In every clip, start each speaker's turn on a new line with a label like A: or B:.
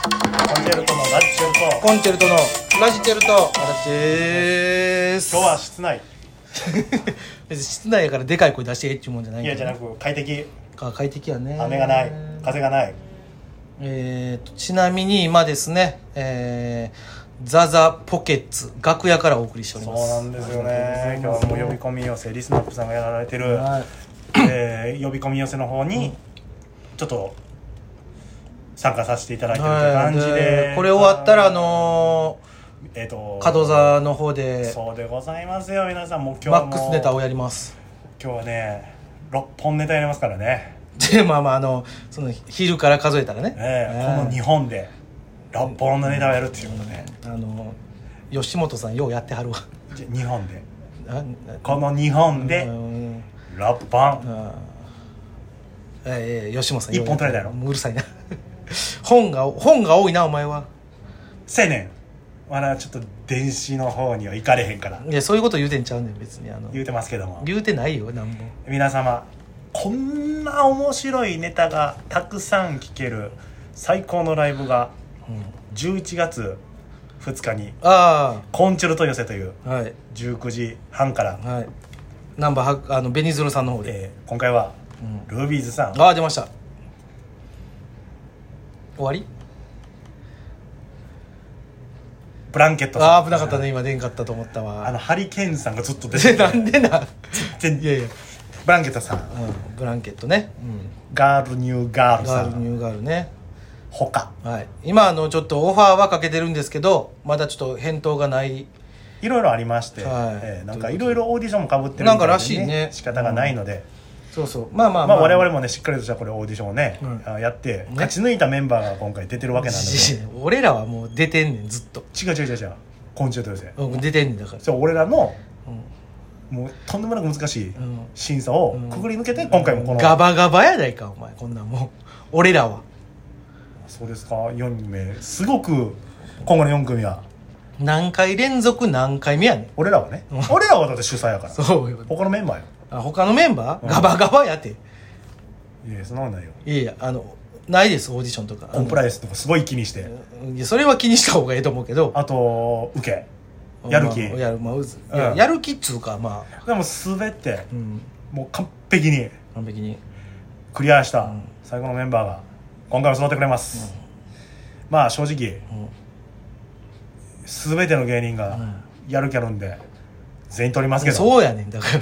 A: チェルトのラジチェルト
B: コンチェルトのラジチェルト私です
A: 今日 は室内
B: 別に室内やからでかい声出してええっていうもんじゃない
A: い
B: けど
A: やじゃなく快適
B: か快適やね
A: 雨がない風がない
B: えーとちなみに今ですねえー、ザザポケッツ楽屋からお送りしており
A: そう
B: ます
A: なんですよね今日はもう呼び込み寄せリスナップさんがやられてる、
B: はい
A: えー呼び込み寄せの方にちょっと参加させていただいてるって感じで,、
B: はいでこれ終わったらあの
A: えっ、と
B: ー、門座の方で
A: そうでございますよ皆さんもう今日
B: マ
A: はも
B: ッ
A: う
B: クスネタをやります
A: 今日はね6本ネタやりますからね、
B: でまあまああのその昼から数えたらね、
A: ええこの日本で6本のネタをやるっていうことね、
B: あの吉本さんようやってはるわ
A: じゃ日本で
B: あ
A: この日本
B: う
A: で
B: ん
A: 6本
B: あーええ吉本さん
A: 一本取れたやろ
B: もううるさいな本が本が多いなお前は
A: せねんまだちょっと電子の方には行かれへんから
B: いやそういうこと言うてんちゃうねん別にあの
A: 言うてますけども
B: 言うてないよ何も
A: 皆様こんな面白いネタがたくさん聞ける最高のライブが11月2日に
B: あ
A: 「コンチェルト寄せ」という
B: あはい
A: 19時半から、
B: はいナンバーはあのベニズルさんの方で、
A: えー今回はルービーズさん
B: ああ出ました終わり
A: ブランケットさん
B: ああ危なかったね今出んかったと思った
A: あ
B: わ
A: のハリケーンさんがずっと出て
B: で
A: て
B: なんでな
A: 全
B: いやいや、
A: ブランケットさん
B: うん、ブランケットね、
A: ガールニューガールさ
B: ガールニ
A: ん
B: ューガールね
A: ほか
B: はい、今あのちょっとオファーはかけてるんですけどまだちょっと返答がない
A: いろいろありまして、
B: はい
A: えーなんかいろいろオーディションもかぶってるみた
B: なんからしいね
A: 仕方がないので、
B: そうそうまあまあ
A: まあ、我々
B: も
A: もねしっかりとしたこれオーディションをね、
B: うん
A: あやって勝ち抜いたメンバーが今回出てるわけ なんで違
B: 俺らはもう出てんねんずっと
A: う違う違う違う昆虫と寄せ
B: うん出てんねんだから
A: そう俺らの、もうとんでもなく難しい
B: ん
A: 審査をくぐり抜けて、今回もこの
B: ガバガバやないかお前こんなんもう俺らは
A: そうですか4名すごく今後の4組は
B: 何回連続何回目やねん
A: 俺らはね俺らはだって主催やから
B: そうよ
A: 他のメンバーよ
B: あ他のメンバー、
A: うん
B: ガバガバやて
A: いやそんなことないよ
B: いやいやあのないですオーディションとか
A: コンプライアンスとかすごい気にして、
B: いやそれは気にした方がいいと思うけど
A: あと受けやる気、
B: まあやる,、まあうずいや
A: うん
B: やる気っつうかまあ、
A: でも滑って
B: うん、
A: もう完璧に
B: 完璧に
A: クリアした最後のメンバーが今回も揃ってくれます、まあ正直、全ての芸人がやる気あるんで全員取りますけど、
B: そうやねんだから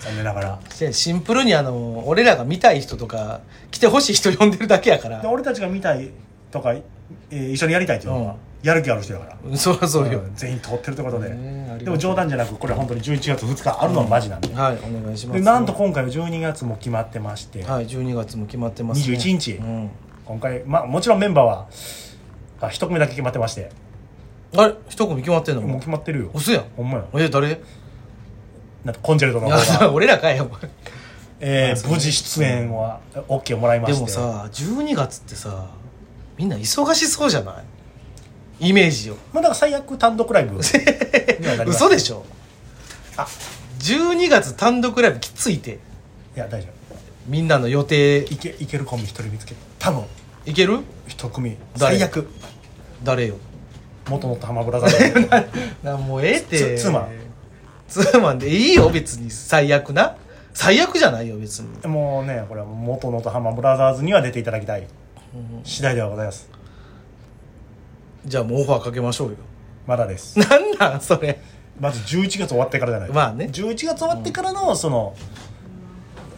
A: 残念ながら
B: でシンプルにあの俺らが見たい人とか来てほしい人呼んでるだけやか
A: で
B: ら
A: 俺たちが見たいとか、えー一緒にやりたいっていうのは、
B: うん
A: やる気ある人だから、
B: うんそりゃそうよ、
A: うん全員通ってるってことで、
B: ねえありがたい
A: でも冗談じゃなくこれ本当に11月2日あるのはマジなんで、
B: はいお願いします
A: でなんと今回は12月も決まってまして、
B: はい12月も決まってます、ね、
A: 21日
B: うん、
A: 今回、まあ、もちろんメンバーはあ一組だけ決まってまして
B: あれ一組決まってんの
A: もう
B: も
A: 決まってるよ
B: う嘘やん
A: ほんまや
B: え誰
A: なんかコンチェルトの
B: い
A: 方が、
B: や 俺らかいよお前
A: えー無事出演は OK もらいまし
B: で
A: て
B: もさ12月ってさみんな忙しそうじゃないイメージよ
A: まあだから最悪単独ライブにはなります
B: 嘘でしょ
A: あ
B: 12月単独ライブきついて
A: いや大丈
B: みんなの予定
A: 夫いけいけるコンビ一人見つけた多分
B: いける
A: 一組
B: 誰
A: 最悪
B: 誰よ
A: 元々浜村座 で
B: なもうええって
A: つ妻
B: つまんでいいよ別に最悪な最悪じゃないよ別に
A: もうねこれは元々浜ブラザーズには出ていただきたい次第ではございます
B: じゃあもうオファーかけましょうよ
A: まだです
B: なんなんそれ
A: まず11月終わってからじゃない
B: まあね
A: 11月終わってからのその、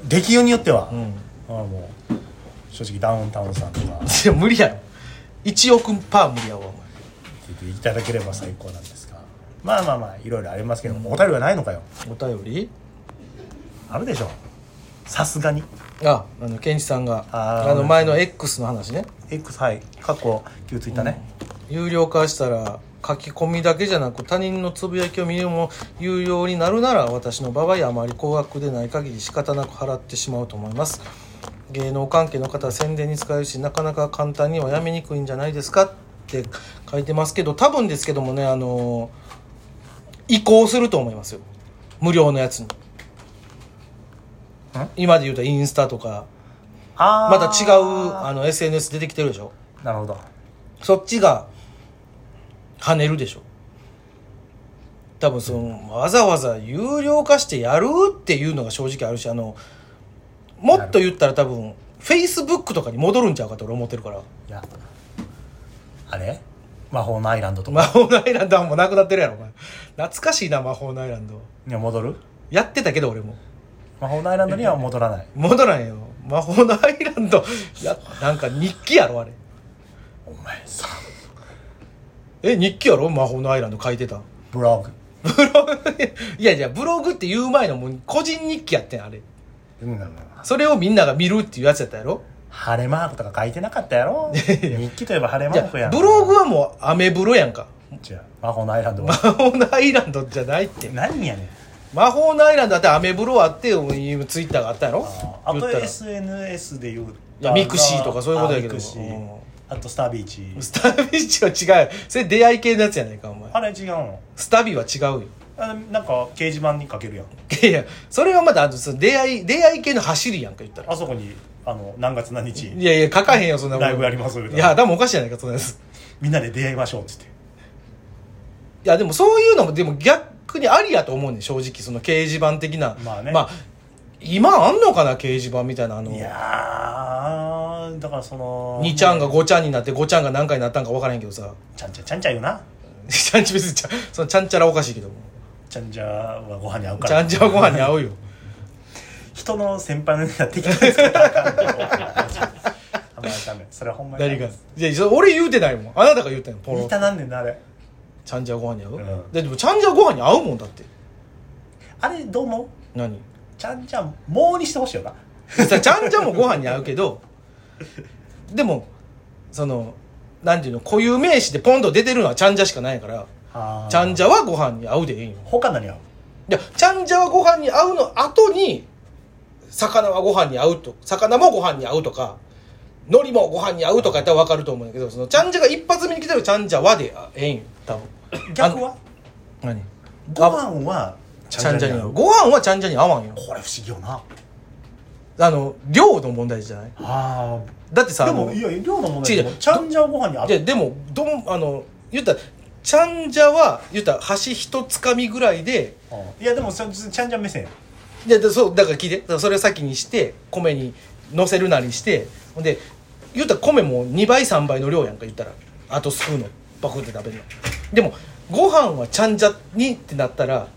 A: 出来ようによっては、
B: ん
A: ああもう正直ダウンタウンさんとか
B: いや無理やろ1億パー無理やわお前
A: 聞いていただければ最高なんですがまあまあまあいろいろありますけど、お便りはないのかよ
B: お便り
A: あるでしょさすがに
B: ああのケンチさんが
A: あ
B: あ
A: ー
B: の前の X の話ね
A: X はい過去旧ツイッターね、
B: 有料化したら書き込みだけじゃなく他人のつぶやきを見るのも有料になるなら私の場合あまり高額でない限り仕方なく払ってしまうと思います芸能関係の方は宣伝に使えるしなかなか簡単にはやめにくいんじゃないですかって書いてますけど多分ですけどもねあの移行すると思いますよ無料のやつに今で言うとインスタとか
A: ああ
B: また違うあの SNS 出てきてるでしょ
A: なるほど
B: そっちが跳ねるでしょ多分そのわざわざ有料化してやるっていうのが正直あるしあのもっと言ったら多分フェイスブックとかに戻るんちゃうかと俺思ってるから
A: いやあれ魔法のアイランドとか、
B: 魔法のアイランドはもうなくなってるやろお前懐かしいな魔法のアイランド
A: には戻る
B: やってたけど俺も
A: 魔法のアイランドには戻らない
B: 戻らんよ魔法のアイランドやなんか日記やろあれ
A: お前さ
B: え日記やろ魔法のアイランド書いてたん
A: ブログ
B: ブログ いやいやブログって言う前のもう個人日記やってんあれ
A: うん
B: それをみんなが見るっていうやつやったやろ
A: 晴れマークとか書いてなかったやろ日記といえば晴れ
B: じ
A: マー
B: ゃ
A: クやん
B: ブログはもうアメブロやんか
A: じゃあ魔法のアイランド
B: 魔
A: は
B: 法のアイランドじゃないって
A: 何やねん
B: 魔法のアイランドだってアメブロあっていうツイッターがあったやろ
A: あ
B: 言っ
A: と
B: たら
A: SNS で言う
B: いやミクシーとかそういうことやけど
A: あミクシ
B: うん
A: ーあとスタービーチ
B: スタビッチは違うよそれ出会い系のやつやないかお前
A: あれ違うの
B: スタビは違うよ
A: あなんか掲示板に書けるやん
B: いやそれはまだあのその出会い出会い系の走りやんか言ったら
A: あそこにあの何月何日
B: いやいや書かへんよそんなこと
A: ライブやりますよ
B: いやでもおかしいやないかそんなやつ
A: みんなで出会いましょうっつって
B: いやでもそういうのもでも逆にありやと思うねん正直その掲示板的な
A: まあね
B: 今あんのかな掲示板みたいなあの
A: いやーだからその
B: 2ちゃんが5ちゃんになって5ちゃんが何回になったんか分からへんけどさ
A: ちゃんちゃんちゃんちゃん言うな
B: ちゃんち別にちゃんそのちゃんちゃらおかしいけど
A: ちゃんちゃんはご飯に合うか
B: ちゃ
A: ら
B: んちゃらご飯に合うよ
A: 人の先輩のやってきたんですけ どあかんけどあんまりダメそれはほんまに
B: 何がいやそれ俺言うてないもんあなたが言うてんのポロ
A: 似たなんねんなあれ
B: ちゃんちゃらご飯に合う、
A: うん
B: ででもちゃんちゃらご飯に合うもんだって
A: あれどうも
B: 何
A: ちゃんちゃんもうにしてほしいよな
B: さちゃんちゃんもご飯に合うけどでもそのなんていうの固有名詞でポンと出てるのはちゃんじゃしかないから
A: あー
B: ちゃんじゃはご飯に合うでいいよ
A: 他何合う
B: いやちゃんじゃはご飯に合うの後に魚はご飯に合うと魚もご飯に合うとか海苔もご飯に合うとかやったら分かると思うんだけどそのちゃんじゃが一発目に来てるちゃんじゃはでええんよ多分
A: 逆は
B: 何
A: ご飯は
B: ちゃんじゃに合うご飯はちゃんじゃに合わんよ
A: これ不思議よな
B: あの量の問題じゃない
A: あ
B: だってさ
A: で
B: あの
A: もいや量の問題
B: 違
A: で
B: う
A: もちゃんじゃんご飯に合う
B: ででもどんあの言ったらちゃんじゃは言ったら箸一つかみぐらいで
A: うんいやでもそちゃんじゃん目線や
B: いやでそうだから聞いてだからそれを先にして米にのせるなりしてほんで言ったら米も2倍3倍の量やんか言ったらあとすくうのパクって食べるのでもご飯はちゃんじゃにってなったら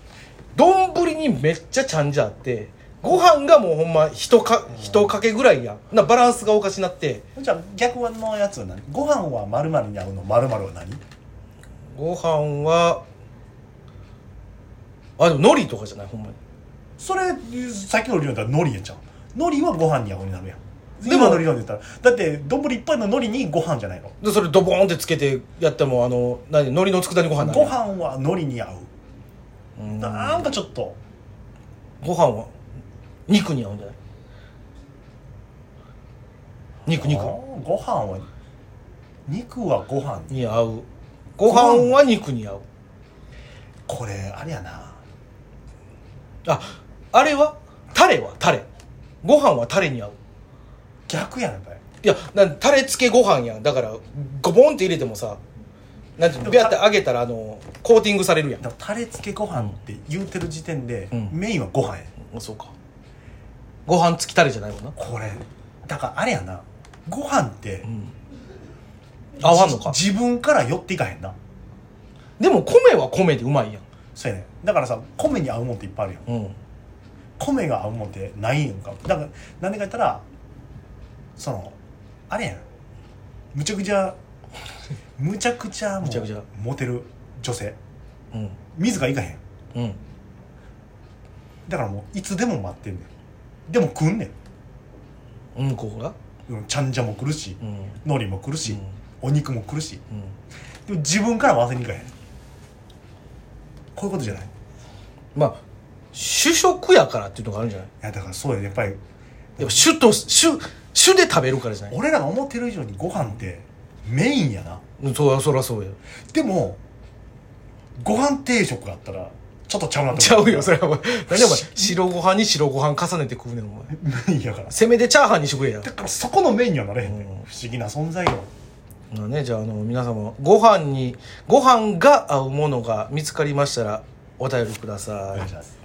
B: 丼にめっちゃちゃんじゃあってご飯がもうほんま一か一かけぐらいやんなバランスがおかしなって
A: じゃあ逆のやつは何ご飯はまるに合うのまるは何
B: ご飯はあでも海苔とかじゃないほんまに
A: それさっきの理論だったら海苔やちゃう海苔はご飯に合うになるやん
B: でも
A: 今の理論で言ったらだって丼いっぱいの海苔にご飯じゃないの
B: でそれドボーンってつけてやってもあの何海苔の佃煮ご飯なの
A: ご飯は海苔に合う
B: うん
A: なんかちょっと
B: ご飯は肉に合うんじゃない肉肉
A: あーご飯は肉はご飯に
B: に合うご飯は肉に合う
A: これあれやな
B: ああれはタレはタレご飯はタレに合う
A: 逆やんやっぱり
B: いやなんタレつけご飯やんだからゴボンって入れてもさなんていうのビャって揚げたらあのコーティングされるやん
A: だからタレつけご飯って言うてる時点で、
B: うん
A: メインはご飯や
B: あそうかご飯付きタレじゃないもんな
A: これだからあれやなご飯って、
B: うん合わんのか
A: じ自分から寄っていかへんな
B: でも米は米でうまいやん
A: そうやねんだからさ米に合うもんっていっぱいあるやん
B: うん
A: 米が合うもんってないんやんかだから何でか言ったらそのあれやんむちゃくちゃむちゃくちゃもう
B: むちゃくちゃ
A: モテる女性
B: うん
A: 自ら行かへん
B: うん
A: だからもういつでも待ってんねんでも食うんね
B: うんこうが
A: んうんちゃんじゃも来るし
B: うん
A: 海苔も来るし、
B: うん
A: お肉も来るし
B: うん
A: でも自分から合わせに行かへんこういうことじゃないい
B: まあ主食やからっていうのがあるんじゃない
A: やだからそうややっぱり
B: やっぱ主と主主で食べるからじゃない
A: 俺らが思ってる以上にご飯ってメインやな
B: うんそうやそらそうや
A: でもご飯定食があったらちょっとちゃうなと
B: ちゃうよそ
A: れ
B: れはお前何でお前白ご飯に白ご飯重ねて食うねんお前
A: メインやから
B: せめてチャーハンにしてくれや
A: だからそこのメインにはなれへんね、
B: うん
A: ん、不思議な存在よ
B: まあね、じゃああの皆様ご飯にご飯が合うものが見つかりましたらお便りくださ
A: お願い
B: い
A: します